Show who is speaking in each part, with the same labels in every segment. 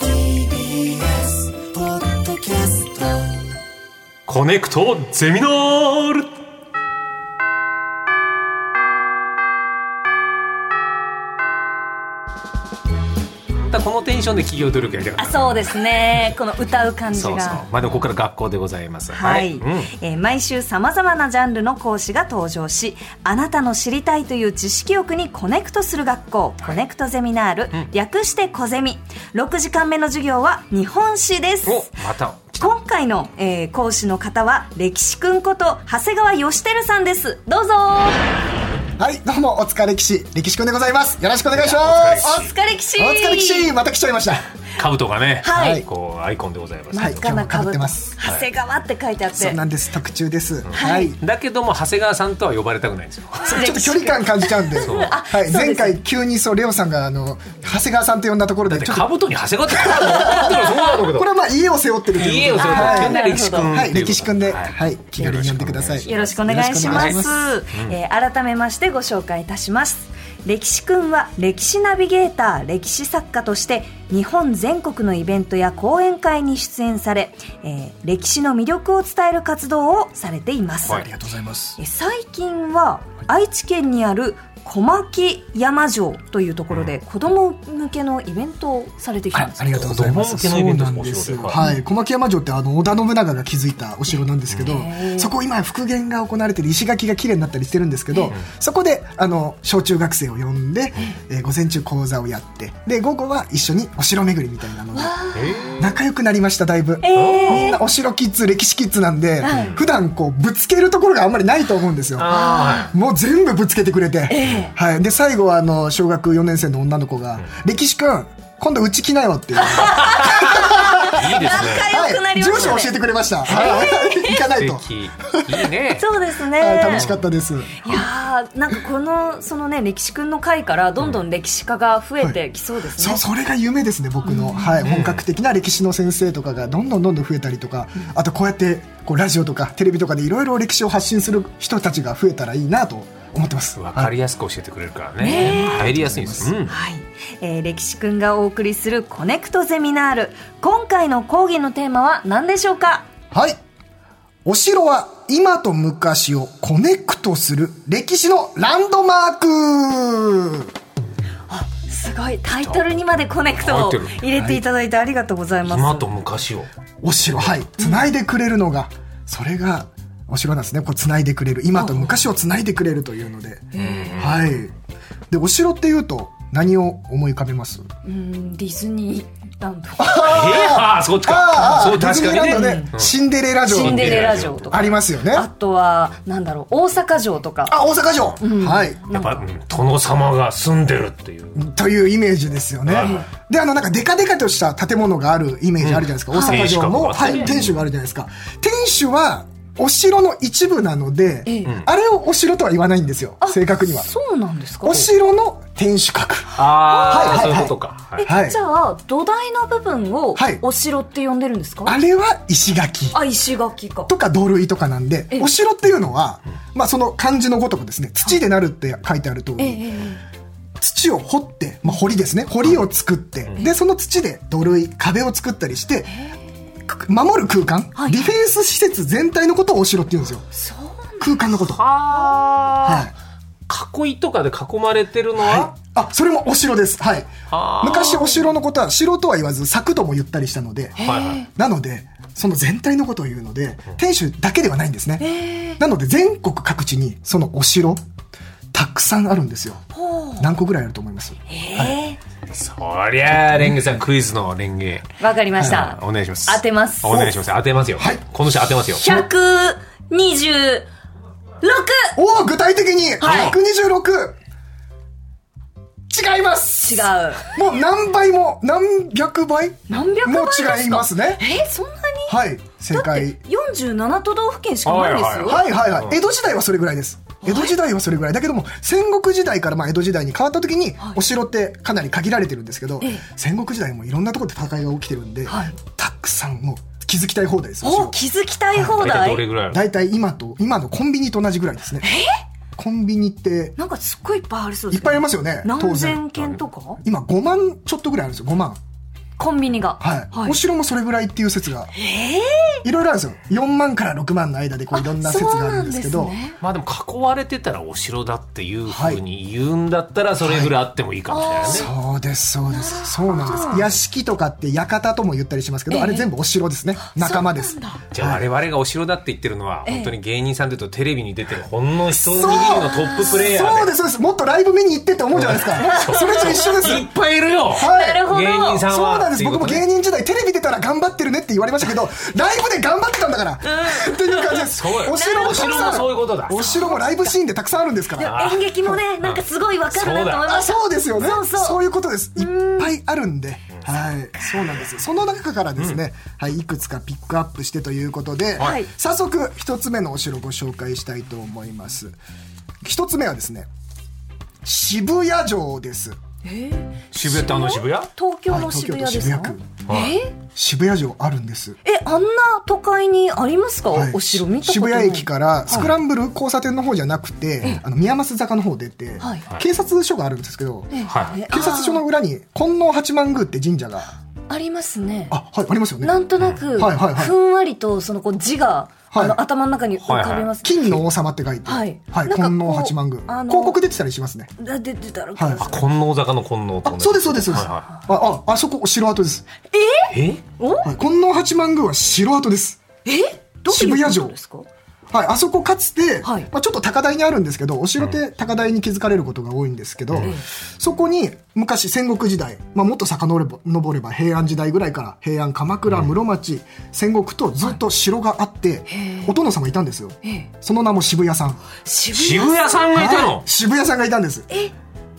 Speaker 1: TBS ポッドキャスト
Speaker 2: コネクトゼミナールだこのテンションで企業努力やりたか
Speaker 3: あ
Speaker 2: っ
Speaker 3: そうですねこの歌う感
Speaker 2: た
Speaker 3: じが
Speaker 2: そうそうまあでもここから学校でございます
Speaker 3: はい、
Speaker 2: うん
Speaker 3: えー毎週さまざまなジャンルの講師が登場しあなたの知りたいという知識欲にコネクトする学校コネクトゼミナール、略してコゼミ6時間目の授業は日本史です
Speaker 2: おまた
Speaker 3: 今回の、えー講師の方は歴史くんこと長谷川義輝さんですどうぞ
Speaker 4: はい、どうも、お疲れ騎士、歴史くんでございます。よろしくお願いしま
Speaker 3: お
Speaker 4: す。
Speaker 3: 疲れ岸
Speaker 4: お疲れ騎士、また来ちゃいました。
Speaker 2: 兜がね、
Speaker 3: はい
Speaker 2: こうアイコンでございます、
Speaker 4: はい、今日もかぶってま
Speaker 3: 長
Speaker 4: す。
Speaker 3: 谷川って書いてあって、
Speaker 4: そうなんです、特注です。はい。ち
Speaker 2: だけども長谷川さんとは呼ばれたくないんですよ
Speaker 4: ょっと距離感感じちゃうんで。
Speaker 2: う
Speaker 4: はい、前回急にそう、レオさんが、あの、長谷川さんって呼んだところで、ちょっと。
Speaker 2: 兜に長谷川って書いて あるのそうなんだけど
Speaker 4: これはまあ、家を背負ってるということで。
Speaker 2: 家をそれ
Speaker 3: あー
Speaker 2: 変な歴史君
Speaker 4: はい、歴史くんで、
Speaker 2: はい
Speaker 4: はい、気軽に呼んでください。
Speaker 3: よろしくお願いしま
Speaker 4: よろ
Speaker 3: す
Speaker 4: しくお願いし
Speaker 3: えー改めましてご紹介いたします歴史くんは歴史ナビゲーター歴史作家として日本全国のイベントや講演会に出演され、えー歴史の魅力を伝える活動をされています、
Speaker 2: はい
Speaker 4: ありがとうございます。
Speaker 3: えー最近は愛知県にある小牧山城というところで子供向けのイベントをされてきたんです
Speaker 4: ありがとうございます。
Speaker 2: 子供向けのイベントです
Speaker 4: そうなんですよ
Speaker 2: お城では
Speaker 4: はいい、小牧山城ってあの織田信長が築いたお城なんですけど、そこ今復元が行われてる石垣が綺麗になったりしてるんですけど、そこであの小中学生を呼んで、えー午前中講座をやって、で午後は一緒にお城巡りみたいなので仲良くなりましただいぶ。みんなお城キッズ歴史キッズなんで、普段こうぶつけるところがあんまりないと思うんですよ。
Speaker 2: あ
Speaker 4: もう全部ぶつけてくれて、はい、で最後はあの小学4年生の女の子が「歴史くん今度うち来なよ」っていう、は
Speaker 2: あいいで すね
Speaker 3: 仲良くなり
Speaker 4: い、
Speaker 3: ま
Speaker 4: 住
Speaker 3: した
Speaker 4: 所
Speaker 3: ね
Speaker 4: を教えてくれました、はい行かないと、
Speaker 2: 素敵い いね
Speaker 3: そうですね、
Speaker 4: はい、楽しかったです
Speaker 3: いやーなんかこのそのね歴史くんの回からどんどん歴史家が増えてきそうですね
Speaker 4: そ。それが夢ですね僕の、はい、本格的な歴史の先生とかがどんどんどんどん増えたりとか、あとこうやってこうラジオとかテレビとかでいろいろ歴史を発信する人たちが増えたらいいなと思ってます、
Speaker 2: わかりやすく教えてくれるからね入りやすいんですうん
Speaker 3: はい、えー、歴史くんがお送りするコネクトゼミナール。今回の講義のテーマは何でしょうか。
Speaker 4: はい。お城は今と昔をコネクトする歴史のランドマーク
Speaker 3: すごいタイトルにまでコネクトを
Speaker 2: 入ってる
Speaker 3: 入れていただいてありがとうございます。
Speaker 2: 今と昔を
Speaker 4: お城、はい。繋いでくれるのが、それがお城なんですね。こう繋いでくれる。今と昔を繋いでくれるというので。はい。で、お城っていうと何を思い浮かべます
Speaker 3: うんディズニーランド、
Speaker 2: えーあーそっちかそう
Speaker 4: ディズ
Speaker 2: 確
Speaker 4: ニー
Speaker 2: か
Speaker 4: ランド
Speaker 2: に
Speaker 4: ね
Speaker 2: ね、
Speaker 4: シンデレラ城
Speaker 3: シンデレラ城とか、
Speaker 4: ありますよね。
Speaker 3: あ
Speaker 4: あ、
Speaker 3: とはなんだろう大阪城とか。
Speaker 4: 大阪城、はい。
Speaker 2: やっぱうん殿様が住んでるっていう
Speaker 4: というイメージですよね。で、あの、なんか、デカデカとした建物があるイメージあるじゃないですか。大阪城の、
Speaker 2: は
Speaker 4: はいい、天守があるじゃないですか。天守は、お城の一部なので、あれをお城とは言わないんですよ。正確には。
Speaker 3: そうなんですか。
Speaker 4: お城の天守閣。はい
Speaker 2: ああ
Speaker 4: はい
Speaker 2: そう
Speaker 4: いうはい
Speaker 2: ことかはい
Speaker 3: え、
Speaker 4: はい
Speaker 3: じゃあ土台の部分を
Speaker 4: はい
Speaker 3: お城って呼んでるんですか。
Speaker 4: あれは石垣。
Speaker 3: あ石垣か。
Speaker 4: とか土塁とかなんで
Speaker 3: ええ、
Speaker 4: お城っていうのは、まあその漢字のごとくですね、土でなるって書いてある通り、
Speaker 3: ええええ
Speaker 4: 土を掘って、まあ、堀ですね堀を作って、でその土で土塁壁を作ったりしてく守る空間、
Speaker 3: はい
Speaker 4: ディフェンス施設全体のことをお城って言うんですよ
Speaker 3: そう
Speaker 4: 空間のことは
Speaker 2: あ
Speaker 4: い
Speaker 2: ー囲いとかで囲まれてるのは
Speaker 4: あそれもお城ですはい
Speaker 2: あー
Speaker 4: 昔お城のことは城とは言わず柵とも言ったりしたので
Speaker 2: はいはい
Speaker 4: なのでその全体のことを言うので天守だけではないんですねなので全国各地にそのお城たくさんあるんですよ何個ぐらいあると思います
Speaker 2: そりゃあレンゲさんクイズのレンゲ
Speaker 3: わかりました。
Speaker 2: お願いします
Speaker 3: 当てます
Speaker 2: お願いします当てますよ
Speaker 4: はい
Speaker 2: この人当てますよ
Speaker 3: 百二十六。
Speaker 4: おお具体的に
Speaker 3: はい
Speaker 4: 126、違います
Speaker 3: 違う。
Speaker 4: もう何倍も何百倍
Speaker 3: 何百倍
Speaker 4: も
Speaker 3: ですか
Speaker 4: 違いますね
Speaker 3: えそんなに
Speaker 4: はい正解
Speaker 3: 47都道府県しかないんですよ、
Speaker 2: は
Speaker 4: はいはいは
Speaker 2: うん
Speaker 4: い江戸時代はそれぐらいです江戸時代はそれぐらいだけども戦国時代からまあ江戸時代に変わった時にお城ってかなり限られてるんですけど
Speaker 3: ええ
Speaker 4: 戦国時代もいろんなところで戦いが起きてるんで
Speaker 3: はい
Speaker 4: たくさんもう気づきたい放題です
Speaker 3: お気づきたい放
Speaker 2: 大体どれぐ
Speaker 3: 題
Speaker 2: らいある
Speaker 4: 大体今と今のコンビニと同じぐらいですねコンビニって
Speaker 3: なんかすっごいいっぱいありそう
Speaker 4: い
Speaker 3: で
Speaker 4: っ
Speaker 3: すね
Speaker 4: ぱいありますよね当
Speaker 3: 何
Speaker 4: 然
Speaker 3: 千件とか
Speaker 4: 今5万ちょっとぐらいあるんですよ5万
Speaker 3: コンビニが
Speaker 4: はい、お城もそれぐらいっていう説が
Speaker 3: え
Speaker 4: いろいろあるんですよ4万から6万の間でこういろんな説があるんですけ
Speaker 3: そう
Speaker 4: ど
Speaker 3: なんですね
Speaker 2: まあでも囲われてたらお城だっていうふうに言うんだったらそれぐらいあってもいいかもしれないね。
Speaker 4: そうですそうですそうなんです屋敷とかって館とも言ったりしますけど、あれ全部お城ですね仲間です
Speaker 2: じゃあ我々がお城だって言ってるのは、本当に芸人さんでいうとテレビに出てるほんの一握りのトッププレイヤ
Speaker 4: そう
Speaker 2: ー
Speaker 4: で
Speaker 2: で。
Speaker 4: すそうですもっとライブ見に行ってって思うじゃないですかそれと一緒です
Speaker 2: いっぱいいるよ
Speaker 4: はい
Speaker 3: なるほど
Speaker 2: 芸人さんは。
Speaker 4: そうなんです僕も
Speaker 2: っていう
Speaker 4: 芸人時代テレビ出たら頑張ってるねって言われましたけどライブで頑張ってたんだから、っていう感じです
Speaker 2: ことねそう
Speaker 4: お城もた
Speaker 2: お
Speaker 4: く
Speaker 2: 城
Speaker 4: さん
Speaker 2: も
Speaker 4: ある
Speaker 2: そういうことだ。
Speaker 4: お城もライブシーンでたくさんあるんですから
Speaker 3: 演劇もねなんかすごいわかるなと思いま
Speaker 4: あ
Speaker 3: した
Speaker 4: そうですよね
Speaker 3: そうそう
Speaker 4: いうことですいっぱいあるんではいそうなんですその中からですね、はい、いくつかピックアップしてということで、
Speaker 3: はい
Speaker 4: 早速一つ目のお城ご紹介したいと思います一つ目はですね渋谷城です
Speaker 2: 渋谷ってあの渋谷
Speaker 3: 東京の渋谷ですか、
Speaker 4: はい東京都
Speaker 2: はい
Speaker 3: え
Speaker 4: 渋谷城あるんです
Speaker 3: えあんな都会にありますか、
Speaker 4: はい
Speaker 3: お城見たこと
Speaker 4: 渋
Speaker 3: ない
Speaker 4: 谷駅からスクランブル交差点の方じゃなくて、あの宮益坂の方出て、
Speaker 3: はい
Speaker 4: 警察署があるんですけど、
Speaker 3: え
Speaker 2: はい
Speaker 3: え
Speaker 4: 警察署の裏に金王八幡宮って神社が
Speaker 3: あありますね
Speaker 4: あはいありますよね
Speaker 3: なんとなく、
Speaker 4: はいはいはい
Speaker 3: ふんわりとそのこう字が、
Speaker 4: はい
Speaker 3: あの頭の中に浮かびます、
Speaker 4: 金の王様って書いて、
Speaker 3: は
Speaker 4: はいい、
Speaker 3: なんかこう
Speaker 4: 金王八幡宮、
Speaker 3: あの
Speaker 4: 広告出てたりしますね。
Speaker 3: だ出てたら、
Speaker 4: はい
Speaker 2: あ金王坂の金王と
Speaker 4: あ
Speaker 2: 同、じ
Speaker 4: そうですそうですそうです。
Speaker 2: は
Speaker 4: あ、あ、あそこ城跡です。
Speaker 2: いはいえ
Speaker 4: はい、金王八幡宮は城跡です。
Speaker 3: えどういう
Speaker 4: 渋谷
Speaker 3: こ
Speaker 4: 城
Speaker 3: とですか
Speaker 4: はい、あそこかつて、
Speaker 3: はい
Speaker 4: まあちょっと高台にあるんですけど、お城って高台に築かれることが多いんですけど、そこに昔戦国時代、まあもっと遡れば遡れば平安時代ぐらいから平安鎌倉室町、戦国とずっと城があって、お殿様いたんですよ。
Speaker 3: ええ
Speaker 4: その名も渋谷さん。
Speaker 3: 渋谷
Speaker 2: 渋谷さんがいた
Speaker 4: はい
Speaker 2: の
Speaker 4: 渋谷さんがいたんです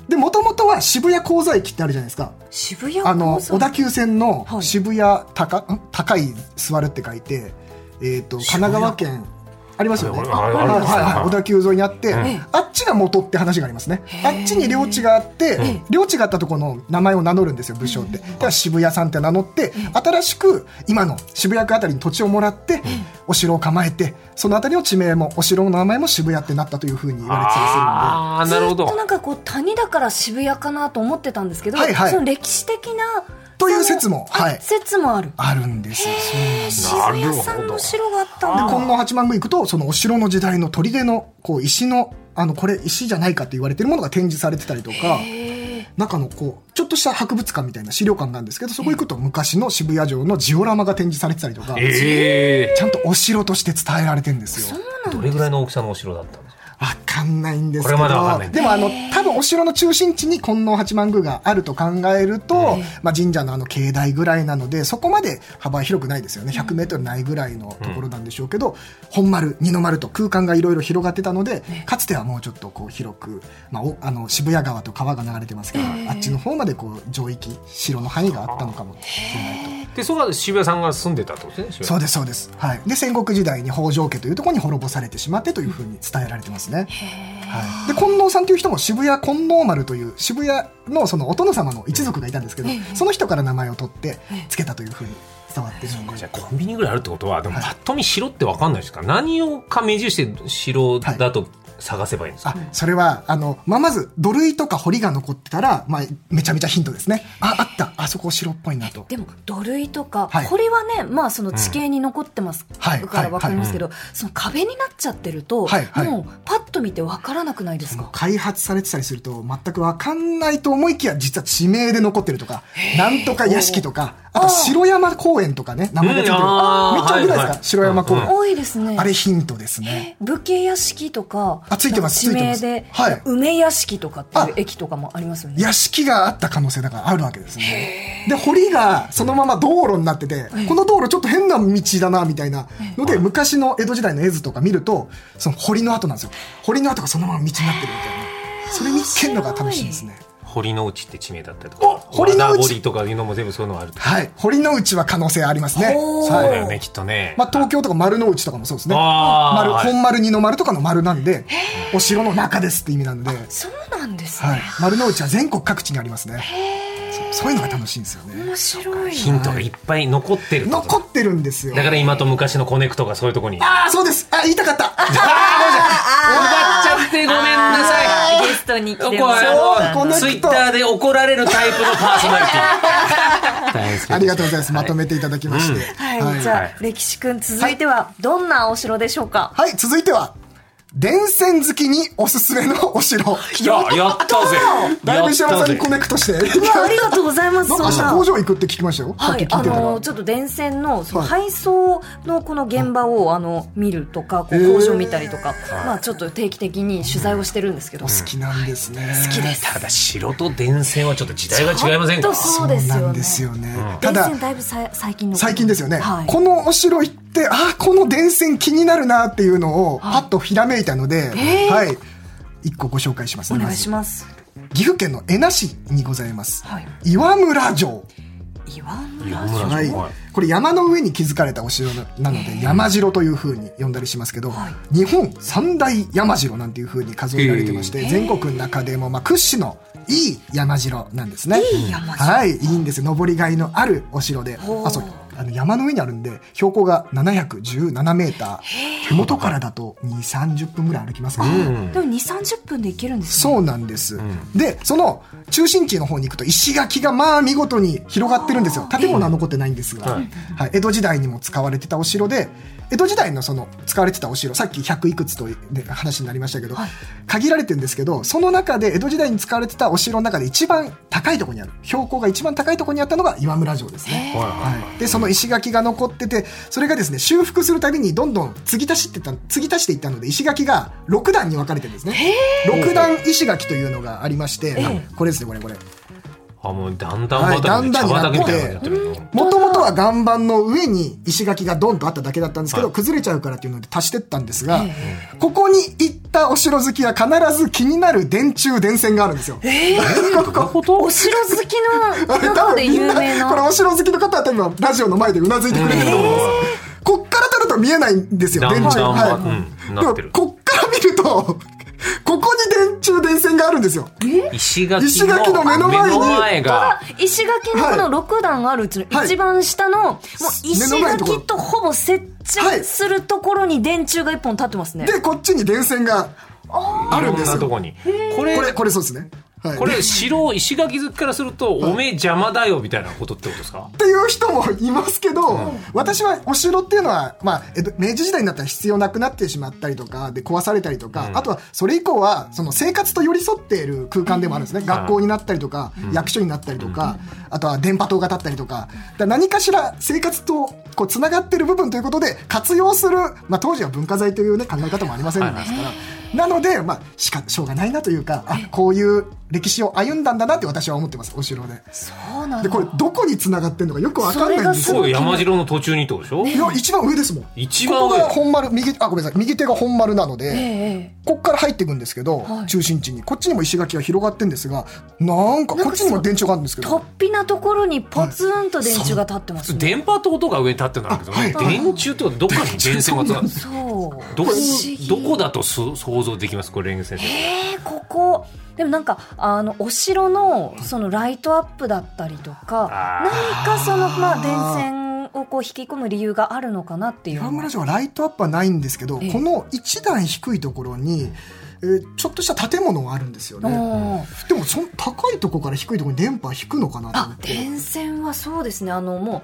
Speaker 4: でもともとは渋谷交座駅ってあるじゃないですか
Speaker 3: 渋谷
Speaker 4: あの
Speaker 3: 高層
Speaker 4: 小田急線の
Speaker 3: はい
Speaker 4: 渋谷高,、ん高い座るって書いて、えー、と神奈川県ありますよね
Speaker 2: あ
Speaker 4: はいはい
Speaker 2: ああありますね
Speaker 4: はい小田急沿いにあって、
Speaker 2: ん
Speaker 4: あっちが元って話がありますねあっちに領地があって領地があったところの名前を名乗るんですよ武将ってだから渋谷さんって名乗って新しく今の渋谷区あたりに土地をもらってお城を構えてそのあたりの地名もお城の名前も渋谷ってなったというふうに言われてたりするんで。
Speaker 2: ああーなるほ
Speaker 3: ずっと
Speaker 2: ど
Speaker 3: なんかこう谷だから渋谷かなと思ってたんですけど、
Speaker 4: はいはい
Speaker 3: その歴史的な
Speaker 4: という説も
Speaker 3: そのあ
Speaker 4: はい
Speaker 3: 説もある
Speaker 4: あるんですよ。そうなんです
Speaker 3: 渋谷さんの城があったんだ
Speaker 4: で金の八幡宮行くとそのお城の時代の砦のこう石のあのこれ石じゃないかって言われてるものが展示されてたりとか中のこうちょっとした博物館みたいな資料館なんですけどそこ行くと昔の渋谷城のジオラマが展示されてたりとか
Speaker 2: ええ
Speaker 4: ちゃんとお城として伝えられてるんですよ。
Speaker 2: どれぐらいの大きさのお城だったんですか
Speaker 4: わかんないんですけ
Speaker 2: こ
Speaker 4: ど
Speaker 2: れまだわかんないんだ
Speaker 4: でもあの多分お城の中心地に金王八幡宮があると考えると、まあ、神社のあの境内ぐらいなのでそこまで幅は広くないですよね 100m ないぐらいのところなんでしょうけど、本丸二の丸と空間がいろいろ広がってたのでかつてはもうちょっとこう広く、まあ、おあの渋谷川と川が流れてますから、あっちの方までこう上域城の範囲があったのかもしれないと。
Speaker 2: でそこは渋谷さんが住んでたってことです
Speaker 4: そ
Speaker 2: ね渋
Speaker 4: うですそうです、はい、で戦国時代に北条家というところに滅ぼされてしまってというふうに伝えられてますね、はい、で近藤さんという人も渋谷近藤丸という渋谷のそのお殿様の一族がいたんですけど、その人から名前を取ってつけたというふうに伝わってるん
Speaker 2: 谷
Speaker 4: で
Speaker 2: じゃあコンビニぐらいあるってことはでもパッと見城ってわかんないですから何をか目印して城だと探せばいいんですか、
Speaker 4: あそれはあの、まあ、まず土塁とか堀が残ってたら、まあ、めちゃめちゃヒントですねああったあそこ白っぽいなと
Speaker 3: でも土塁とか、
Speaker 4: はい
Speaker 3: これはね、まあ、その地形に残ってます、
Speaker 4: はい
Speaker 3: から分かりますけど、その壁になっちゃってると、
Speaker 4: はいはい
Speaker 3: もうパッと見て分からなくないです
Speaker 4: その
Speaker 3: か
Speaker 4: 開発されてたりすると全く分かんないと思いきや実は地名で残ってるとかなんとか屋敷とかあと城山公園とかね名前がついてる
Speaker 2: うんあー
Speaker 4: めっちゃ多くないですか、
Speaker 2: はいはい
Speaker 4: 城山公園、
Speaker 3: 多いですね
Speaker 4: あれヒントですね
Speaker 3: 武家屋敷とか
Speaker 4: あついてます
Speaker 3: なんか地
Speaker 4: つい
Speaker 3: 名
Speaker 4: て
Speaker 3: で、
Speaker 4: ますはい
Speaker 3: 梅屋敷とかっていう
Speaker 4: あ
Speaker 3: 駅とかもありますよね
Speaker 4: 屋敷があった可能性だからあるわけですねで堀がそのまま道路になってて、この道路ちょっと変な道だなみたいなので、昔の江戸時代の絵図とか見るとその堀の跡なんですよ堀の跡がそのまま道になってるみたいなそれ見つけるのが楽しいですね
Speaker 3: は
Speaker 2: 堀之内って地名だったりとか
Speaker 4: 堀之内
Speaker 2: 和田堀とかいうのも全部そういうのがあると
Speaker 4: はい、堀之内は可能性ありますね。
Speaker 3: ほ
Speaker 2: そ
Speaker 3: ー
Speaker 2: うだ
Speaker 4: は
Speaker 2: よ
Speaker 4: い
Speaker 2: ねきっとね、
Speaker 4: まあ、東京とか丸の内とかもそうですね。
Speaker 2: あー
Speaker 4: 丸
Speaker 2: はい
Speaker 4: 本丸二の丸とかの丸なんで、お城の中ですって意味なんで、はい、
Speaker 3: そうなんですね、
Speaker 4: 丸の内は全国各地にありますね。そうそういうのが楽しいんですよね。
Speaker 3: 面白い
Speaker 2: ヒントがいっぱい残ってるってこと
Speaker 4: 残ってるんですよ。
Speaker 2: だから今と昔のコネクトがそういうとこに奪っ
Speaker 4: ああ、そうです。あ、言いたか った。
Speaker 2: ちゃってごめんなさい
Speaker 3: あーゲストに来
Speaker 2: こ
Speaker 3: て
Speaker 2: こ
Speaker 3: もら
Speaker 4: そう
Speaker 3: っ
Speaker 2: は
Speaker 3: た
Speaker 2: あ
Speaker 4: コネ
Speaker 2: の
Speaker 4: クト
Speaker 2: ツイッターで怒られるタイプのパーソナリテ ィ大変ですけど
Speaker 4: ありがとうございます。まとめていただきまして。
Speaker 3: はい、
Speaker 4: はい
Speaker 3: じゃあ、
Speaker 2: はい
Speaker 3: 歴史くん続いてはどんなお城でしょうか、
Speaker 4: はい、続いては、電線好きにおすすめのお城。
Speaker 2: いややったぜ
Speaker 4: だいぶ石
Speaker 2: やっ
Speaker 4: 山
Speaker 2: た
Speaker 4: さん
Speaker 2: ぜ
Speaker 4: にコネクトして。
Speaker 3: いやありがとうございます
Speaker 4: なんか明日
Speaker 3: そん
Speaker 4: 工
Speaker 3: な
Speaker 4: 場行くって聞きましたよ。さっ
Speaker 3: は
Speaker 4: き
Speaker 3: い、
Speaker 4: 聞
Speaker 3: あ
Speaker 4: いてたら
Speaker 3: の。ちょっと電線のその
Speaker 4: はい
Speaker 3: 配送のこの現場を、あの見るとかこ
Speaker 4: へー
Speaker 3: う工場見たりとか、まあ、ちょっと定期的に取材をしてるんですけど、
Speaker 4: お好きなんですね。
Speaker 3: 好きです
Speaker 2: ただ城と電線はちょっと時代が違いませんか
Speaker 3: ちょっとそう
Speaker 4: そう
Speaker 3: ですよね
Speaker 4: なんですよね。た
Speaker 3: 電
Speaker 4: だ
Speaker 3: 線、だいぶさ最近の
Speaker 4: 最近ですよね、
Speaker 3: はい、
Speaker 4: このお城行ってあーこの電線気になるなっていうのをパッとひらめいたので、
Speaker 3: えー
Speaker 4: はい一個ご紹介します
Speaker 3: お
Speaker 4: ね
Speaker 3: 願いし
Speaker 4: ま
Speaker 3: ます、
Speaker 4: ず岐阜県の恵那市にございます、
Speaker 3: はい
Speaker 4: 岩村城
Speaker 3: 岩
Speaker 2: 岩
Speaker 3: 村
Speaker 2: 村城
Speaker 4: はい
Speaker 2: はい
Speaker 4: これ山の上に築かれたお城ななので山城というふうに呼んだりしますけど、
Speaker 3: はい
Speaker 4: 日本三大山城なんていうふうに数えられてまして、全国の中でもまあ屈指のいい山城なんですね。
Speaker 3: いい山城
Speaker 4: はい、いいんですよ登りがいのあるお城で
Speaker 3: ほう
Speaker 4: あそうあの山の上にあるんで標高が717メーター手元からだと2 3 0分ぐらい歩きますから、
Speaker 3: でも2 3 0分で行けるんですね
Speaker 4: そうなんです、でその中心地の方に行くと石垣がまあ見事に広がってるんですよ建物は残ってないんですが、
Speaker 2: は
Speaker 4: はいい江戸時代にも使われてたお城で江戸時代のその使われてたお城さっき100いくつというね話になりましたけど、限られてるんですけどその中で江戸時代に使われてたお城の中で一番高いところにある標高が一番高いところにあったのが岩村城ですね。はい、でその石垣が残っててそれがですね修復するたびにどんどん継ぎ足してった継ぎ足していったので石垣が6段に分かれてるんですね6段石垣というのがありまして、これですねこれこれ
Speaker 2: あもうだんだん畑で茶畑みたいなのやってるの
Speaker 4: もともとは岩盤の上に石垣がドンとあっただけだったんですけど、
Speaker 2: はい
Speaker 4: 崩れちゃうからっていうので足してったんですが、ここに行ったお城好きは必ず気になる電柱電線があるんですよ。
Speaker 3: お城好 きの中で
Speaker 4: みん
Speaker 3: 有
Speaker 4: な
Speaker 3: 名
Speaker 4: これ
Speaker 3: な
Speaker 4: お城好きの方は多分ラジオの前でうなずいてくれてると思います。こっから撮ると見えないんですよ、
Speaker 2: だんだ
Speaker 4: 電
Speaker 2: ん
Speaker 4: 柱。
Speaker 2: まあ
Speaker 4: はい。
Speaker 2: うんなってる
Speaker 4: でもこっから見ると、ここに電柱電線があるんですよ。
Speaker 2: 石垣の
Speaker 4: 石垣の目の前に
Speaker 2: が
Speaker 3: 石垣のこの6段あるうちの
Speaker 4: はい
Speaker 3: 一番下の、もう
Speaker 4: 目
Speaker 3: 石
Speaker 4: の前のところ
Speaker 3: 垣とほぼ接着するところに電柱が1本立ってますね、
Speaker 4: で、こっちに電線があるんで
Speaker 2: いろん
Speaker 4: す
Speaker 2: なと
Speaker 4: よ。
Speaker 2: こにこれ
Speaker 4: これ、これそうですね。はい。
Speaker 2: これ城を石垣好きからするとおめえ邪魔だよみたいなことってことですか
Speaker 4: っていう人もいますけど、私はお城っていうのは、まあ、えっと明治時代になったら必要なくなってしまったりとかで壊されたりとか、あとはそれ以降はその生活と寄り添っている空間でもあるんですね、学校になったりとか、役所になったりとか、あとは電波塔が立ったりとかだから何かしら生活とこうつながってる部分ということで活用する、まあ、当時は文化財という、ね、考え方もありませんでしたから。なので、まあ、しかしょうがないなというかあこういう歴史を歩んだんだなって私は思ってますお城で。
Speaker 3: そうなん
Speaker 4: で
Speaker 3: だ
Speaker 4: これどこに繋がってるのかよくわかんないんです
Speaker 3: それ
Speaker 4: よ。
Speaker 2: そう山城の途中にってことでしょ
Speaker 4: いや一番上ですもん。
Speaker 2: 一番上
Speaker 4: ここが本丸右あごめんなさい右手が本丸なので、
Speaker 3: ええ
Speaker 4: ここから入っていくんですけど、
Speaker 3: い
Speaker 4: 中心地にこっちにも石垣が広がってんですがなんかこっちにも電柱があるんですけ
Speaker 3: 突
Speaker 4: ど。
Speaker 3: 飛なところにポツンと電柱が立ってま
Speaker 2: 普通
Speaker 3: すね、
Speaker 2: 電波塔とか上に立ってんだけどね、
Speaker 4: あはい
Speaker 2: 電柱ってことはどっかに電線がつながってる
Speaker 3: そう
Speaker 2: どこ
Speaker 3: 不思議
Speaker 2: どこだとす想像できますこれレンゲ先生
Speaker 3: えー、ここでもなんかあのお城のそのライトアップだったりとか
Speaker 2: あー
Speaker 3: 何かそのまあ電線をこう引き込む理由があるのかなっていう
Speaker 4: 岩村城はライトアップはないんですけど、
Speaker 3: ええ
Speaker 4: この一段低いところに、えーちょっとした建物があるんですよ
Speaker 3: お
Speaker 4: ね。
Speaker 3: ー
Speaker 4: でもその高いところから低いところに電波引くのかなと思
Speaker 3: あ
Speaker 4: って。
Speaker 3: 電線はそうですねあのも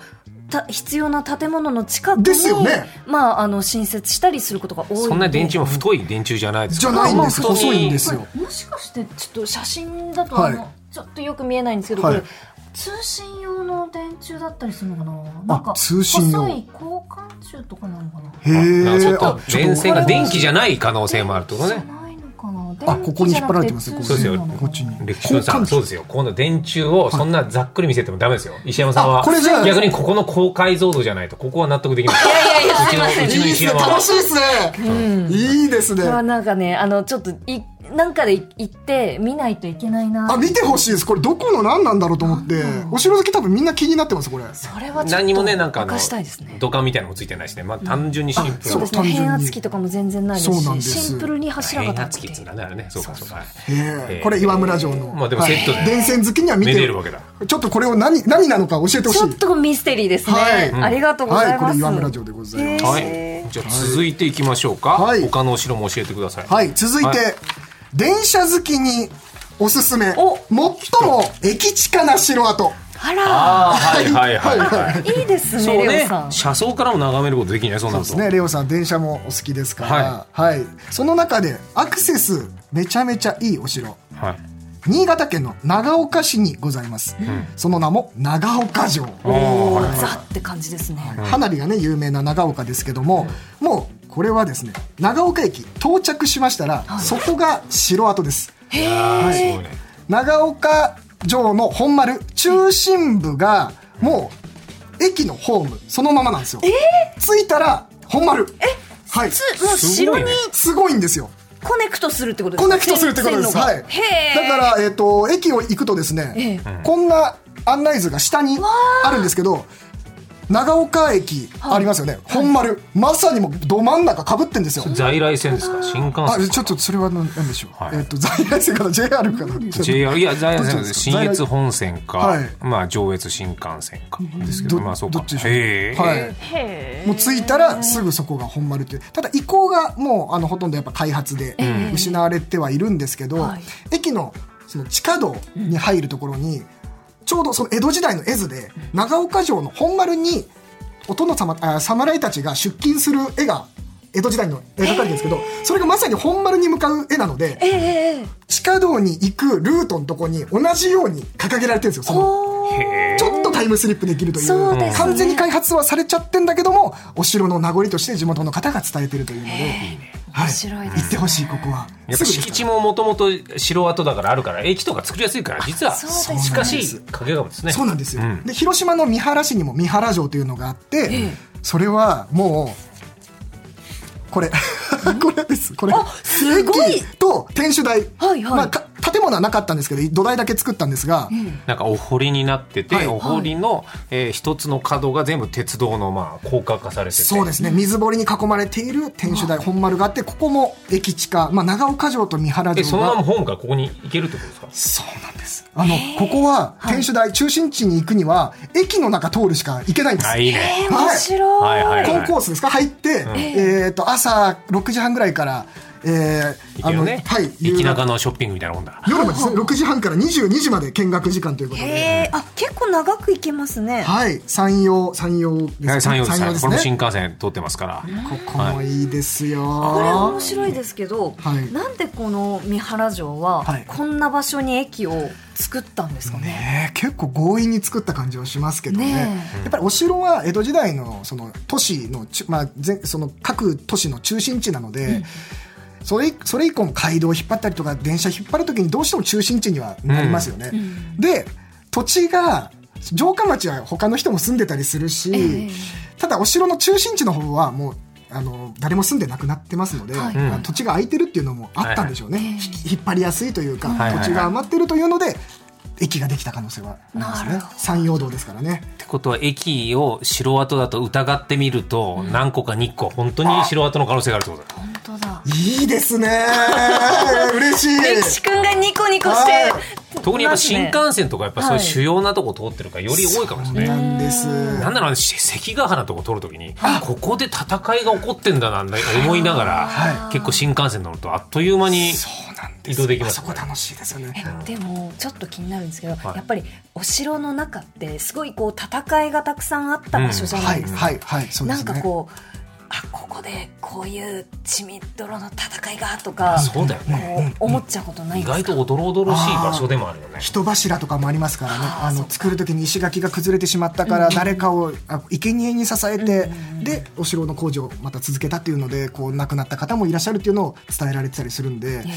Speaker 3: うた必要な建物の近くに
Speaker 4: ですよね
Speaker 3: まああの新設したりすることが多いので
Speaker 2: そんな電柱も太い電柱じゃないです
Speaker 4: じゃ
Speaker 2: か
Speaker 4: ないんですよ
Speaker 2: 本当に
Speaker 4: 細いんですよ。
Speaker 3: もしかしてちょっと写真だと、
Speaker 4: はい
Speaker 3: あのちょっとよく見えないんですけど、
Speaker 4: はい
Speaker 3: これ通信用の電柱だったりするのかななんか
Speaker 4: 通信用
Speaker 3: 細い交換柱とかなのかな
Speaker 4: へえ。
Speaker 2: なんかちょっ
Speaker 4: あ
Speaker 2: と
Speaker 4: ちょっ
Speaker 2: 電線が電気じゃない可能性もあるってこと
Speaker 3: じゃ
Speaker 2: ね
Speaker 3: ないのかな
Speaker 4: あここに引っ張られてますよ
Speaker 3: 電
Speaker 4: こ
Speaker 3: 気じゃなくて通信な
Speaker 2: そう
Speaker 4: こっちに。
Speaker 2: ですよレ
Speaker 3: のかな
Speaker 2: キシ君さんそうですよこの電柱をそんなざっくり見せてもダメですよ石山さん
Speaker 4: あ
Speaker 2: は
Speaker 4: これじゃあ
Speaker 2: 逆にここの高解像度じゃないとここは納得できない
Speaker 3: いやいやすいません
Speaker 2: うち
Speaker 4: い
Speaker 2: のうちの
Speaker 4: いですね
Speaker 2: 石山は
Speaker 4: 楽しいですね、いいですね
Speaker 3: まあなんかねあのちょっといなんかで行って見ないといけないな
Speaker 4: あ見てほしいですこれどこの何なんだろうと思ってお城好き多分みんな気になってますこれ
Speaker 3: それはちょっ
Speaker 2: 何にも
Speaker 3: と
Speaker 2: ねなんかあ
Speaker 3: 明
Speaker 2: の
Speaker 3: かしたいですね
Speaker 2: 土管みたいなのもついてないしね、まあ、単純にシンプル
Speaker 3: そうですね
Speaker 4: 単純に
Speaker 3: 変圧器とかも全然ないで
Speaker 4: そうなん
Speaker 3: す
Speaker 4: で
Speaker 3: し
Speaker 4: す
Speaker 3: シンプルに柱が
Speaker 2: 変圧
Speaker 3: 立っ
Speaker 2: 器ってつうんだねあれねそうかそうか
Speaker 4: ええこれ岩村城の
Speaker 2: まあでもセットで
Speaker 4: はい伝染好きには見
Speaker 2: め
Speaker 4: て
Speaker 2: でるわけだ
Speaker 4: ちょっとこれを何何なのか教えてほしい
Speaker 3: ちょっとこうミステリーですね、
Speaker 4: はい
Speaker 3: ありがとうございます、
Speaker 4: はいこれ岩村城でございます
Speaker 2: はい
Speaker 3: へー
Speaker 2: じゃあ続いていきましょうか、
Speaker 4: はい
Speaker 2: 他のお城も教えてください
Speaker 4: はい続いて、
Speaker 2: は
Speaker 4: 電車好きにおすすめ最
Speaker 3: お
Speaker 4: も駅近な城跡
Speaker 3: あ
Speaker 2: ああはいはいはいはい
Speaker 3: らいいですね
Speaker 2: そう
Speaker 3: レ
Speaker 2: ね
Speaker 3: オさん
Speaker 2: 車窓からも眺めることできないそうな
Speaker 4: そ
Speaker 2: ん
Speaker 4: うですねレオさん電車もお好きですからはい、その中でアクセスめちゃめちゃいいお城
Speaker 2: はい
Speaker 4: 新潟県の長岡市にございます、その名も長岡城、
Speaker 2: あーはい
Speaker 3: ザって感じですね、
Speaker 4: 花火がね有名な長岡ですけども、もうこれはですね長岡駅到着しましたら、そこが城跡です
Speaker 2: あーすごいね
Speaker 4: 長岡城の本丸中心部がもう駅のホームそのままなんですよ、着いたら本丸はい
Speaker 3: つもう城
Speaker 2: すごい
Speaker 3: に
Speaker 2: ね
Speaker 4: すごいんですよ
Speaker 3: コネクトするってことです
Speaker 4: コ
Speaker 3: ね
Speaker 4: ネクトするってことです。
Speaker 3: 線路が
Speaker 4: はい。だ
Speaker 3: へー
Speaker 4: から、えっ、と、駅を行くとですね、こんな案内図が下にあるんですけど、長岡駅ありますよね。本丸、まさにもうど真ん中かぶってんですよ。
Speaker 2: 在来線ですか新幹
Speaker 4: あ、
Speaker 2: 線
Speaker 4: ちょっとそれは何なんでしょう。
Speaker 2: はい
Speaker 4: えっ、と、在来線から JR から。
Speaker 2: JR いや在来線
Speaker 4: どっちなんですか
Speaker 2: 新越本線か、
Speaker 4: はい
Speaker 2: まあ上越新幹線かですけど
Speaker 4: ど
Speaker 2: まあそう
Speaker 4: ど
Speaker 2: か
Speaker 4: っちでしょう
Speaker 2: へえ、
Speaker 4: はい。
Speaker 3: へ
Speaker 4: もう着いたらすぐそこが本丸っていうただ移行がもうあのほとんどやっぱ開発で失われてはいるんですけど、
Speaker 3: はい
Speaker 4: 駅のその地下道に入るところに、ちょうどその江戸時代の絵図で長岡城の本丸にお殿様あ侍たちが出勤する絵が江戸時代の描かれてるんですけど、それがまさに本丸に向かう絵なので、
Speaker 3: ええええ
Speaker 4: 地下道に行くルートのとこに同じように掲げられてるんですよその
Speaker 3: おー
Speaker 2: へえ
Speaker 4: ちょっとタイムスリップできるという
Speaker 3: そうですね
Speaker 4: 完全に開発はされちゃってんだけどもお城の名残として地元の方が伝えてるというので、は
Speaker 3: 面白いですね
Speaker 4: 行ってほしいここは
Speaker 2: やっぱ敷地ももともと城跡だからあるから駅とか作りやすいから実は
Speaker 3: そうですね
Speaker 2: 近しい影川ですね
Speaker 4: そうなんですよ、
Speaker 2: うん
Speaker 4: で広島の三原市にも三原城というのがあって、それはもうこれ これですこれ
Speaker 3: あすごい
Speaker 4: 駅と天守台、
Speaker 3: はいはい
Speaker 4: まあ、か建物はなかったんですけど土台だけ作ったんですが、
Speaker 2: なんかお堀になってて、
Speaker 4: はい
Speaker 2: お堀の、えー一つの角が全部鉄道のまあ高架化されてて
Speaker 4: そうですね水堀に囲まれている天守台本丸があってここも駅地下、まあ、長岡城と三原
Speaker 2: えそ
Speaker 4: 城
Speaker 2: のま
Speaker 4: が
Speaker 2: まホームからここに行けるってことです
Speaker 4: そ
Speaker 2: か
Speaker 4: うなんです。あの、ここは天守台中心地に行くには、駅の中通るしか行けないんです。
Speaker 2: あいい
Speaker 3: え
Speaker 2: ね
Speaker 3: ー面白い、
Speaker 2: はいはい
Speaker 4: コンコースですか入って、えっ、と、朝6時半ぐらいから、えー、
Speaker 2: 行けるね
Speaker 4: はい、夕
Speaker 2: 駅
Speaker 4: 方
Speaker 2: 中のショッピングみたいなもんだ
Speaker 4: 夜までですね、6時半から22時まで見学時間ということ
Speaker 3: へ
Speaker 4: で、
Speaker 3: えあ結構長く行けますね
Speaker 4: はい、山陽、山陽です
Speaker 2: はい
Speaker 4: ね。
Speaker 2: 山陽ですはい
Speaker 4: で
Speaker 2: こ
Speaker 4: す
Speaker 2: れも新
Speaker 4: ね。
Speaker 2: 幹線通ってますから
Speaker 4: ここもいいですよ。
Speaker 3: これ面白いですけど、
Speaker 4: はい
Speaker 3: なんでこの三原城は
Speaker 4: はい
Speaker 3: こんな場所に駅を作ったんですかね。
Speaker 4: ねえ結構強引に作った感じはしますけどね
Speaker 3: ね
Speaker 4: やっぱりお城は江戸時代のその都市のちゅ、まあ、ぜその各都市の中心地なので、それそれ以降も街道を引っ張ったりとか電車引っ張るときにどうしても中心地にはなりますよね。で土地が城下町は他の人も住んでたりするし、ただお城の中心地の方はもうあの誰も住んでなくなってますので、
Speaker 3: はい
Speaker 4: まあ土地が空いてるっていうのもあったんでしょうね、ひ引っ張りやすいというか、
Speaker 2: はいはいはい
Speaker 4: 土地が余ってるというので駅ができた可能性はあります
Speaker 3: なる
Speaker 4: ね
Speaker 3: ほど
Speaker 4: 山陽道ですからね
Speaker 2: ってことは駅を城跡だと疑ってみると、何個か2個本当に城跡の可能性があるってことだ
Speaker 3: 本当だ。
Speaker 4: いいですね嬉しい
Speaker 3: 歴史くんがニコニコして、
Speaker 4: はい
Speaker 2: 特にやっぱ新
Speaker 3: ますね
Speaker 2: 幹線とかやっぱそういう主要なとこ通ってるからより多いかもしれ
Speaker 4: な
Speaker 2: ない。
Speaker 4: んです
Speaker 2: なんならし関ヶ原のとこ通るときにここで戦いが起こってんだなって思いながら結構新幹線乗るとあっという間に
Speaker 4: そうなんで
Speaker 2: 移
Speaker 4: す
Speaker 2: 動でき
Speaker 4: あ
Speaker 2: ます
Speaker 4: そこ楽しいですよね
Speaker 3: でもちょっと気になるんですけど、
Speaker 2: はい
Speaker 3: やっぱりお城の中ってすごいこう戦いがたくさんあった場所じゃな
Speaker 4: はいい
Speaker 3: ですか。
Speaker 4: はいはいそうで
Speaker 3: なん
Speaker 4: す
Speaker 3: か
Speaker 4: ね
Speaker 3: こうあここでこういう血みどろの戦いがとか
Speaker 2: そうだよね
Speaker 3: こう思っちゃうことない
Speaker 2: 意
Speaker 3: ですか
Speaker 2: 外とおどろおどろしい場所でもあるよね。
Speaker 4: 人柱とかもありますからねあの作る時に石垣が崩れてしまったから誰かをあ生贄に支えてでお城の工事をまた続けたっていうのでこう亡くなった方もいらっしゃるっていうのを伝えられてたりするんでで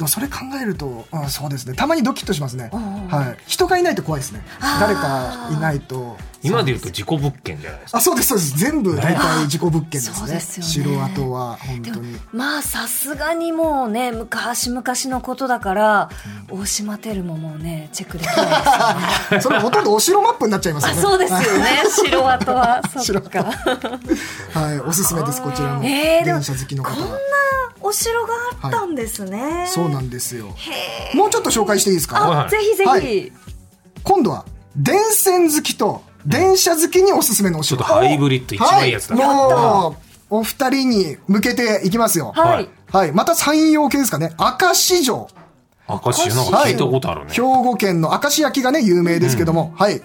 Speaker 4: もそれ考えると、うん、そうですねたまにドキッとしますね、はい、人がいないと怖いですね誰かいないと
Speaker 2: 今で言うと事故物件じゃないですか
Speaker 4: あそうですそうです全部大体事故物件です
Speaker 3: そう
Speaker 4: ね
Speaker 3: ですよね
Speaker 4: 城跡は本
Speaker 3: で
Speaker 4: 当
Speaker 3: も
Speaker 4: に
Speaker 3: まあさすがにもうね昔々のことだから、大島テルももうねチェックできないですよ ね
Speaker 4: それほとんどお城マップになっちゃいます
Speaker 3: あ
Speaker 4: よね
Speaker 3: そうですよね城 跡はそ
Speaker 4: 城
Speaker 3: っか
Speaker 4: はいおすすめですこちらも
Speaker 3: えーでも
Speaker 4: 電車好きの
Speaker 3: こ
Speaker 4: 方
Speaker 3: んな
Speaker 4: は
Speaker 3: お城があったんですね、
Speaker 4: そうなんですよもうちょっと紹介していいですか
Speaker 2: はいは
Speaker 3: あ
Speaker 2: い
Speaker 3: ぜひぜひ、
Speaker 4: はい今度は電線好きと電車好きにおすすめのお
Speaker 2: ちょ
Speaker 4: 城
Speaker 2: っとハイブリッド一番いいやつだ、
Speaker 4: はい、もうお二人に向けていきますよ
Speaker 3: はい
Speaker 2: はい
Speaker 4: はいまた山陽系ですかね明石城
Speaker 2: 明石なんか聞いたことあるね、
Speaker 4: 兵庫県の明石焼きがね有名ですけども、はい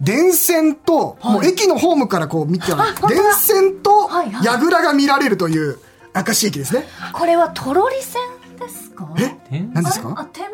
Speaker 4: 電線と、もう駅のホームからこう見てある
Speaker 3: 本当だ
Speaker 4: 電線と
Speaker 3: はいはい
Speaker 4: 櫓が見られるという明石駅ですね
Speaker 3: これはとろり線ですか
Speaker 4: え
Speaker 2: 電
Speaker 4: 何です
Speaker 3: あ
Speaker 4: か
Speaker 3: 手前に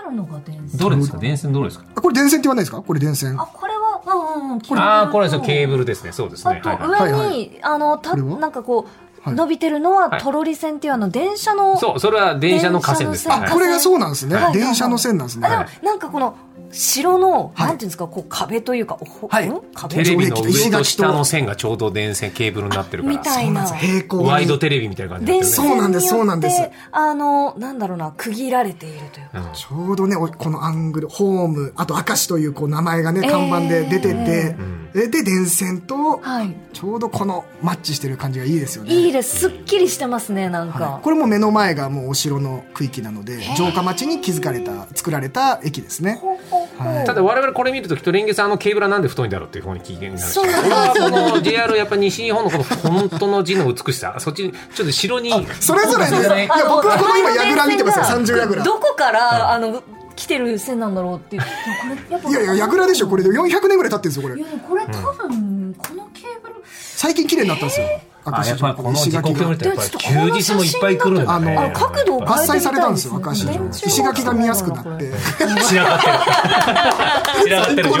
Speaker 3: あるのが電線
Speaker 2: どれですか電線どれですか
Speaker 4: あこれ電線って言わないですかこれ電線
Speaker 3: あこれはうんうん
Speaker 2: ああーこれですよケー
Speaker 3: ブ
Speaker 2: ブルですねそうです
Speaker 3: あ
Speaker 2: ね
Speaker 3: と
Speaker 2: はいは
Speaker 4: いは
Speaker 2: い
Speaker 4: い
Speaker 3: 上
Speaker 4: は
Speaker 3: にあのた
Speaker 4: これは
Speaker 3: なんかこ
Speaker 4: は
Speaker 3: う
Speaker 4: い
Speaker 3: 伸びてるのは
Speaker 2: はい
Speaker 3: とろり線っていうあの電車の
Speaker 2: そうそれは電車の架線ですね
Speaker 3: 電
Speaker 2: はい
Speaker 3: 車の線
Speaker 4: これがそうなんですね、
Speaker 3: はい
Speaker 4: 電車の線なんですね、
Speaker 3: あでもなんかこの城の、
Speaker 4: はい
Speaker 3: なんていうんですかこう壁というかおほ、
Speaker 4: はい
Speaker 3: ん壁
Speaker 2: テレビの上
Speaker 4: 石垣
Speaker 2: と
Speaker 4: と
Speaker 2: 下の線がちょうど電線ケーブルになってるか
Speaker 3: み
Speaker 2: ら
Speaker 3: たいな
Speaker 4: 平行に
Speaker 2: ワイドテレビみたいな感じにな
Speaker 3: 電
Speaker 2: ってるね
Speaker 4: そうなんですそうなんです
Speaker 3: によってあのなんだろうな区切られているというか、
Speaker 4: ちょうどね、おこのアングル、ホーム、あと明石というこう名前がね、
Speaker 3: えー
Speaker 4: 看板で出てて、えで、電線と、
Speaker 3: はい
Speaker 4: ちょうどこのマッチしてる感じがいいですよね。
Speaker 3: いいですすっきりしてますねなんか、
Speaker 4: はいこれも目の前がもうお城の区域なので、城下町に築かれた、作られた駅ですね。
Speaker 3: ほうほうほう
Speaker 2: ただ我々これ見るときっとレンゲさんあのケーブルはなんで太いんだろうっていう方に聞いてみるんです
Speaker 3: そう
Speaker 2: け
Speaker 3: な
Speaker 2: ど
Speaker 3: ん
Speaker 2: これはこの JR やっぱ西日本のこの本当の字の美しさそっちにちょっと城に
Speaker 4: それぞれね、いや、
Speaker 3: あの
Speaker 4: 僕はこの今、
Speaker 3: 前
Speaker 4: 櫓
Speaker 3: の電線が
Speaker 4: 見てますよ、三重櫓。
Speaker 3: どこからあの来てる線なんだろうっていうでもこれやっぱ
Speaker 4: いやいや、櫓でしょ、これで400年ぐらい経ってるんですよ、こ
Speaker 3: い
Speaker 4: れ。
Speaker 3: やでもこれ多分、このケーブル
Speaker 4: 最近綺麗になったんですよ。
Speaker 2: あやっぱりこの時刻表見
Speaker 4: が
Speaker 2: る。とやっぱり休日もいっぱい来るんだね
Speaker 4: あ
Speaker 3: あの角度を変え
Speaker 4: 伐採されたんですよ、明石
Speaker 3: 電柱
Speaker 4: 城
Speaker 3: が。
Speaker 4: 石垣が見やすくなって。
Speaker 2: 散らかってる散らかってる情報
Speaker 3: ちょっ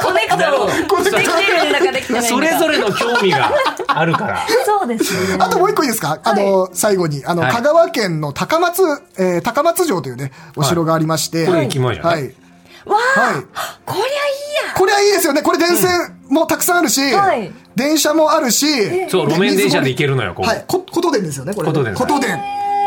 Speaker 3: とコネク
Speaker 2: なるほど
Speaker 3: トをできてるんだかできてな
Speaker 2: が
Speaker 3: い
Speaker 2: そ
Speaker 3: んだか
Speaker 2: れぞれの興味があるから
Speaker 3: そうですね
Speaker 4: あともう一個いいですかあの、最後に、あの、
Speaker 2: はい
Speaker 4: 香川県の高松、えー高松城というね、お城がありまして。
Speaker 2: これ駅前じゃない
Speaker 4: はい。
Speaker 3: わあ、
Speaker 4: はい。
Speaker 3: こりゃいいや
Speaker 4: これはいいですよね。これ電線もたくさんあるし、
Speaker 3: はい
Speaker 4: 電車もあるし、
Speaker 2: そう路面電車で行けるのよここ
Speaker 4: はい。こ、ことでんですよね、これ。
Speaker 2: ことでんです
Speaker 4: ことでん。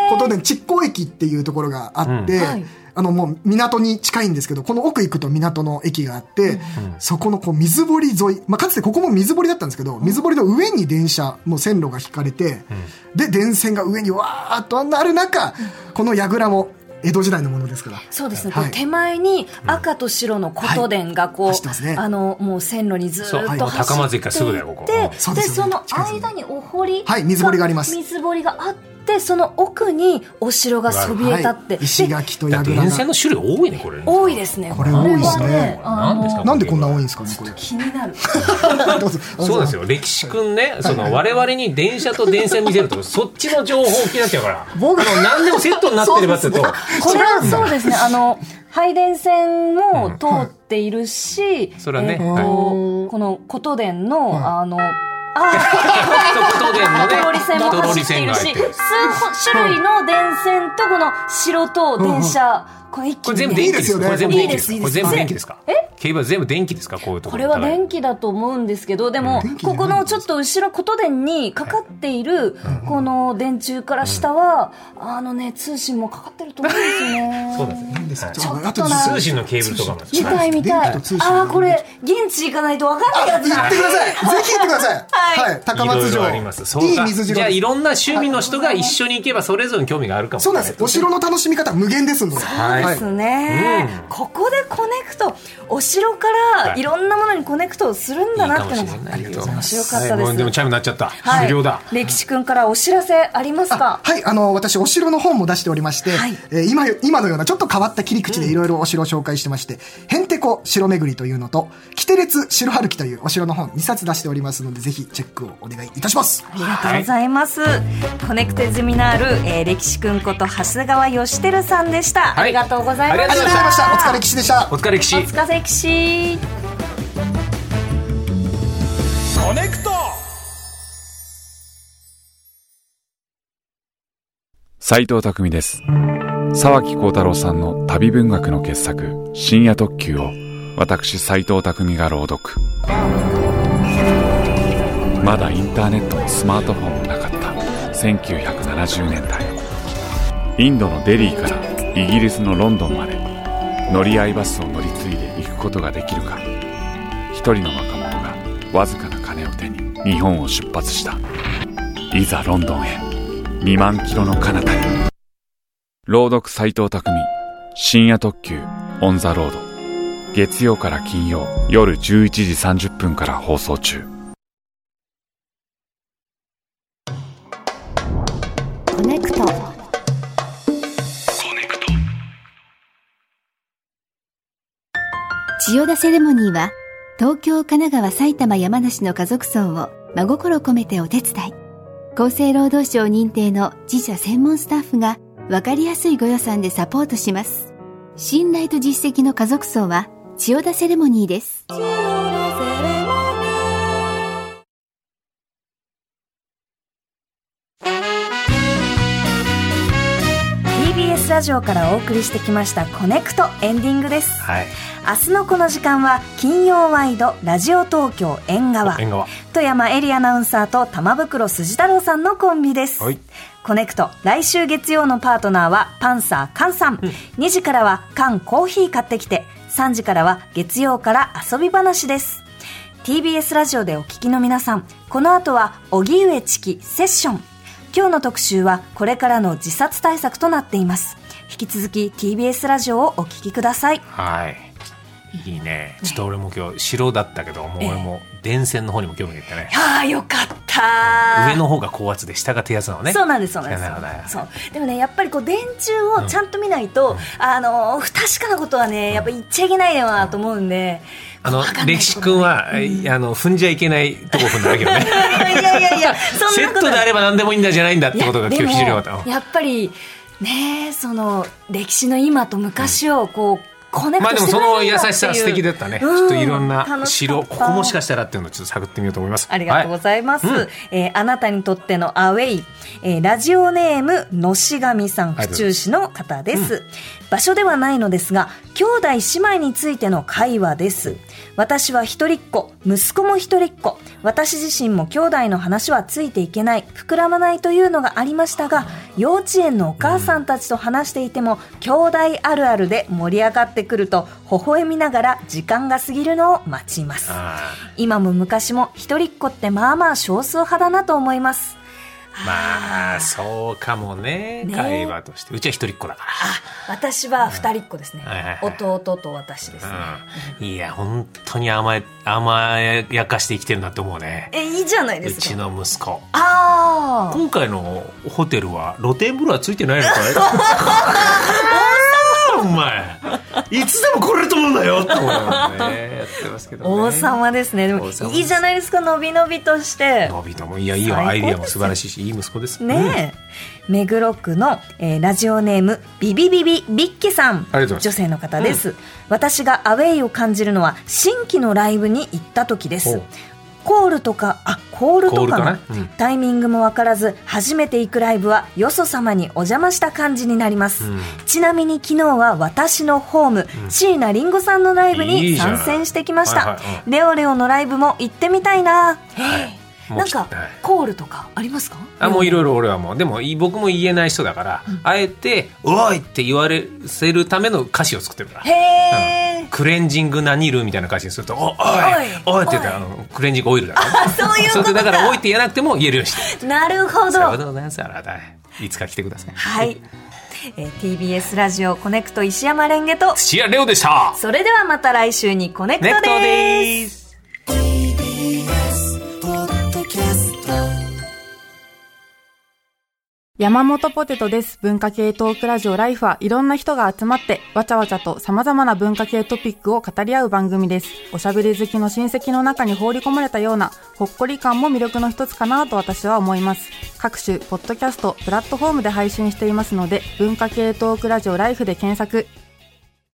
Speaker 4: ことでん、築港駅っていうところがあって、
Speaker 3: うんはい
Speaker 4: あの、もう港に近いんですけど、この奥行くと港の駅があって、そこのこう水堀沿い、まあ、かつてここも水堀だったんですけど、水堀の上に電車、もう線路が引かれて、で、電線が上にわーっとある中、この櫓も江戸時代のものですから。
Speaker 3: そうですね、
Speaker 4: はい
Speaker 3: こう手前に赤と白の琴殿がこう、
Speaker 4: はい走ってますね
Speaker 3: あのもう線路にず
Speaker 2: そう
Speaker 3: ー
Speaker 2: は
Speaker 3: っ
Speaker 2: い
Speaker 3: と
Speaker 2: もう
Speaker 3: 走って
Speaker 2: 高松駅からすぐだよここうん
Speaker 4: そう
Speaker 3: で
Speaker 4: ですよ
Speaker 3: そ
Speaker 4: ね
Speaker 3: の間にお堀
Speaker 4: はい水堀があります
Speaker 3: 水堀があってその奥にお城がそびえ立って、
Speaker 4: はい、石
Speaker 3: で
Speaker 4: 垣と
Speaker 2: だって
Speaker 4: 櫓
Speaker 2: 電線
Speaker 4: が。
Speaker 2: の種類多いねこれ
Speaker 3: 多いですね
Speaker 4: これ多いですね
Speaker 3: これはあの
Speaker 2: 何ですか
Speaker 4: なんでこんな多いんですかね、これ。
Speaker 3: 気になる
Speaker 4: どうぞ
Speaker 2: そうなんですよ。歴史くんね、その我々に電車と電線見せると、そっちの情報気になっちゃうから。
Speaker 4: 僕
Speaker 2: あの何でもセットになってればってと。
Speaker 3: これはそうですね、あの、配電線も通っているし、
Speaker 2: それはね
Speaker 3: えっと
Speaker 2: はい
Speaker 3: この琴殿の、
Speaker 4: はい
Speaker 3: あの、
Speaker 2: そう
Speaker 3: ああ、
Speaker 2: 東
Speaker 3: トロリ
Speaker 2: 電
Speaker 3: 線
Speaker 2: の
Speaker 3: も
Speaker 2: ね、
Speaker 3: 走っている
Speaker 2: が入
Speaker 3: し、
Speaker 2: ってる
Speaker 3: 数種類の電線とこの城と電車、これ一
Speaker 2: こ
Speaker 3: 気
Speaker 2: れ全部
Speaker 3: にね、
Speaker 2: 電気ですか。これ全部電気です
Speaker 3: いい
Speaker 2: か。
Speaker 3: で
Speaker 2: これ
Speaker 3: すいいで
Speaker 2: 全
Speaker 3: す
Speaker 2: 部電気ですか。競馬全部電気ですかこういうとこ
Speaker 3: こ
Speaker 2: ろ。
Speaker 3: れは電
Speaker 2: 気。
Speaker 3: 気だと思うんですけど、でも
Speaker 4: 電気、じゃな
Speaker 3: こ
Speaker 4: い
Speaker 3: このちょっと後ろ、琴殿にかかっている、この電柱から下は、あのね、通信もかかってると思うんですよね。
Speaker 2: そうなんですね。
Speaker 4: ちょっと
Speaker 3: あと
Speaker 4: 実
Speaker 3: な
Speaker 4: 際
Speaker 2: 通信のケーブルとかも。
Speaker 3: 見たい見た
Speaker 4: 電
Speaker 3: い
Speaker 4: 気と通。信
Speaker 3: ああ、これ、現地行かないと分かんない
Speaker 4: 行っ
Speaker 3: やつ
Speaker 4: てくだ
Speaker 3: だ。
Speaker 4: さい。ぜひ行ってください。
Speaker 3: は
Speaker 4: はいい、高松
Speaker 2: いろい
Speaker 4: 城。
Speaker 2: ろあります。そう
Speaker 4: いい
Speaker 2: か。
Speaker 4: 水城
Speaker 2: じゃあ
Speaker 4: で
Speaker 2: い
Speaker 4: す。
Speaker 2: ろんな趣味の人が一緒に行けばそれぞれに興味があるかもね。
Speaker 4: そうなんです。お城の楽しみ方は無限ですので。
Speaker 3: そう
Speaker 4: は
Speaker 3: で
Speaker 4: い
Speaker 3: すね、
Speaker 2: うん
Speaker 3: ここでコネクトお城か
Speaker 2: は
Speaker 3: ら
Speaker 2: い
Speaker 3: いろんなものにコネクトをするんだ
Speaker 2: いい
Speaker 3: な
Speaker 2: か
Speaker 3: っ
Speaker 2: も
Speaker 3: て
Speaker 2: し
Speaker 3: の
Speaker 2: れ
Speaker 3: が
Speaker 2: ない。ありがとうございます。
Speaker 3: 面白かった
Speaker 2: はい
Speaker 3: です
Speaker 2: もうでもチャイムになっちゃった。
Speaker 3: はい
Speaker 2: 無料だ。
Speaker 3: 歴史くんからお知らせありますか
Speaker 4: はい、あの、私、お城の本も出しておりまして、
Speaker 3: はい
Speaker 4: えー今よ、今のようなちょっと変わった切り口でいろいろお城を紹介してまして、へんてこ城巡りというのと、キテレツ城歩きというお城の本2冊出しておりますので、ぜひチェックをお願いいたします。
Speaker 3: ありがとうございます、コネクテゼミナール、えー、歴史くんこと長谷川義輝さんでした、
Speaker 2: はい
Speaker 3: ありがとうございま
Speaker 2: あり
Speaker 4: あ
Speaker 2: が
Speaker 4: り
Speaker 2: と
Speaker 4: がとう
Speaker 2: う
Speaker 4: ございました。お疲れ騎士でした
Speaker 2: お。疲れ岸。
Speaker 3: したお疲れ歴史
Speaker 2: コネクト
Speaker 5: 斉藤匠です沢木幸太郎さんの旅文学の傑作「深夜特急」を私斉藤匠が朗読まだインターネットもスマートフォンもなかった1970年代インドのデリーからイギリスのロンドンまで乗り合いバスを乗り継いで行くことができるか一人の若者がわずかな金を手に日本を出発したいざロンドンへ2万キロの彼方に朗読斎藤匠深夜特急オン・ザ・ロード月曜から金曜夜11時30分から放送中
Speaker 6: コネクト千代田セレモニーは東京、神奈川、埼玉、山梨の家族葬を真心込めてお手伝い厚生労働省認定の自社専門スタッフが分かりやすいご予算でサポートします信頼と実績の家族葬は千代田セレモニーです
Speaker 3: ー TBS ラジオからお送りしてきました「コネクト」エンディングです
Speaker 2: はい。
Speaker 3: 明日のこの時間は金曜ワイドラジオ東京縁側
Speaker 2: 縁側。
Speaker 3: 富山エリアナウンサーと玉袋筋太郎さんのコンビです、
Speaker 2: はい
Speaker 3: コネクト来週月曜のパートナーはパンサーカンさん、2時からは缶コーヒー買ってきて3時からは月曜から遊び話です TBS ラジオでお聞きの皆さんこの後は荻上チキセッション今日の特集はこれからの自殺対策となっています引き続き TBS ラジオをお聞きください
Speaker 2: はい。いいね。ちょっと俺も今日城だったけど、もう俺も電線の方にも興味がいったね。
Speaker 3: あーよかった
Speaker 2: 上の方が高圧で下が低圧なのね。
Speaker 3: そうなんですそうなん
Speaker 2: なるほどね
Speaker 3: ですそうでもねやっぱりこう電柱をちゃんと見ないと、あの不確かなことはねやっぱ言っちゃいけないよなと思うんで、
Speaker 2: あの
Speaker 3: わかんない
Speaker 2: 歴史君は、あの踏んじゃいけないとこ踏んだわけどね。
Speaker 3: いやいやいや そん
Speaker 2: セ
Speaker 3: な
Speaker 2: ッ
Speaker 3: こと
Speaker 2: トで
Speaker 3: ない
Speaker 2: あれば何でもいいんだじゃないんだってことが
Speaker 3: いや
Speaker 2: 今日非常に分か
Speaker 3: で
Speaker 2: っ
Speaker 3: も
Speaker 2: た。
Speaker 3: やっぱりねその歴史の今と昔をこう、コネク
Speaker 2: まあ
Speaker 3: ト
Speaker 2: でも
Speaker 3: して
Speaker 2: そ
Speaker 3: くれる
Speaker 2: の
Speaker 3: んだっていう
Speaker 2: 優しさは素敵だったね。ち
Speaker 3: うん
Speaker 2: ょっといろんな
Speaker 3: 楽しか
Speaker 2: 城、
Speaker 3: っ
Speaker 2: こ
Speaker 3: た
Speaker 2: こもしかしたらっていうのをちょっと探ってみようと思います。
Speaker 3: ありがとうございます。
Speaker 2: はいうん
Speaker 3: えーあなたにとってのアウェイ、えーラジオネーム、のしがみさん、
Speaker 2: ありがとうござい
Speaker 3: 府
Speaker 2: ます
Speaker 3: 中市の方です、場所ではないのですが、兄弟姉妹についての会話です。私は一人っ子、息子も一人っ子、私自身も兄弟の話はついていけない、膨らまないというのがありましたが、幼稚園のお母さんたちと話していても、兄弟あるあるで盛り上がってくると、微笑みながら時間が過ぎるのを待ちます。
Speaker 2: あ
Speaker 3: 今も昔も一人っ子ってまあまあ少数派だなと思います。
Speaker 2: ーまあ、そうかもね。
Speaker 3: ね
Speaker 2: 会話として。うちは一人っ子だか
Speaker 3: 私は二人っ子ですね
Speaker 2: はいはい。はい
Speaker 3: 弟と私ですね。
Speaker 2: ら。うん。いや、本当に甘え、甘やかして生きてるなって思うね。
Speaker 3: え、いいじゃないうで
Speaker 2: ち
Speaker 3: すか。
Speaker 2: の息子。
Speaker 3: ああ。
Speaker 2: 今回のホテルは露天風呂はついてないのかい お前いつでも来れると思うんだよって思うよねやってますけどね
Speaker 3: 王様ですね。でも
Speaker 2: 王様です
Speaker 3: いいじゃないですか、伸び伸びとして。
Speaker 2: のび太もいやいいよ
Speaker 3: 最
Speaker 2: ア
Speaker 3: 高で
Speaker 2: イ
Speaker 3: す
Speaker 2: ディ
Speaker 3: よ
Speaker 2: アも素晴らしいしいい息子です
Speaker 3: ねえ、目黒区の、えーラジオネームビビビビビッキさん
Speaker 2: ありがとうございます
Speaker 3: 女性の方です、私がアウェイを感じるのは新規のライブに行った時で
Speaker 2: ほ
Speaker 3: す
Speaker 2: う
Speaker 3: コールとかあコールと
Speaker 2: コ
Speaker 3: か
Speaker 2: ー
Speaker 3: の
Speaker 2: ルかなうん
Speaker 3: タイミングも分からず初めて行くライブはよそ様にお邪魔した感じになります、
Speaker 2: うん
Speaker 3: ちなみに昨日は私のホーム、椎名林檎さんのライブ
Speaker 2: い
Speaker 3: に
Speaker 2: いじゃない
Speaker 3: 参戦してきました
Speaker 2: はいはい
Speaker 3: レオレオのライブも行ってみたいな、
Speaker 2: もう
Speaker 3: なんか
Speaker 2: きはい
Speaker 3: コールとかありますか
Speaker 2: あもういろいろ俺はもうでもい僕も言えない人だから、あえて「おい!」って言われせるための歌詞を作ってるから
Speaker 3: へえ、
Speaker 2: クレンジング何ルみたいな歌詞にすると「おおいおい!」って言ったらあのクレンジングオイルだから、ね、
Speaker 3: そういう
Speaker 2: そ
Speaker 3: こ
Speaker 2: れで
Speaker 3: と
Speaker 2: だから「おい!」って言えなくても言えるようにして
Speaker 3: なるほ
Speaker 2: さよう
Speaker 3: ど
Speaker 2: でございます。あらだい。いつか来てください。
Speaker 3: はい、 えー TBS ラジオコネクト石山レンゲと
Speaker 2: 土屋レオでした。
Speaker 3: それではまた来週にコネク
Speaker 2: ネ
Speaker 3: ト
Speaker 2: クト
Speaker 3: で
Speaker 2: で
Speaker 3: す
Speaker 2: す。
Speaker 1: TBS ポッドキャスト
Speaker 7: 山本ポテトです。文化系トークラジオライフはいろんな人が集まって、わちゃわちゃと様々な文化系トピックを語り合う番組です。おしゃべり好きの親戚の中に放り込まれたような、ほっこり感も魅力の一つかなと私は思います。各種、ポッドキャスト、プラットフォームで配信していますので、文化系トークラジオライフで検索、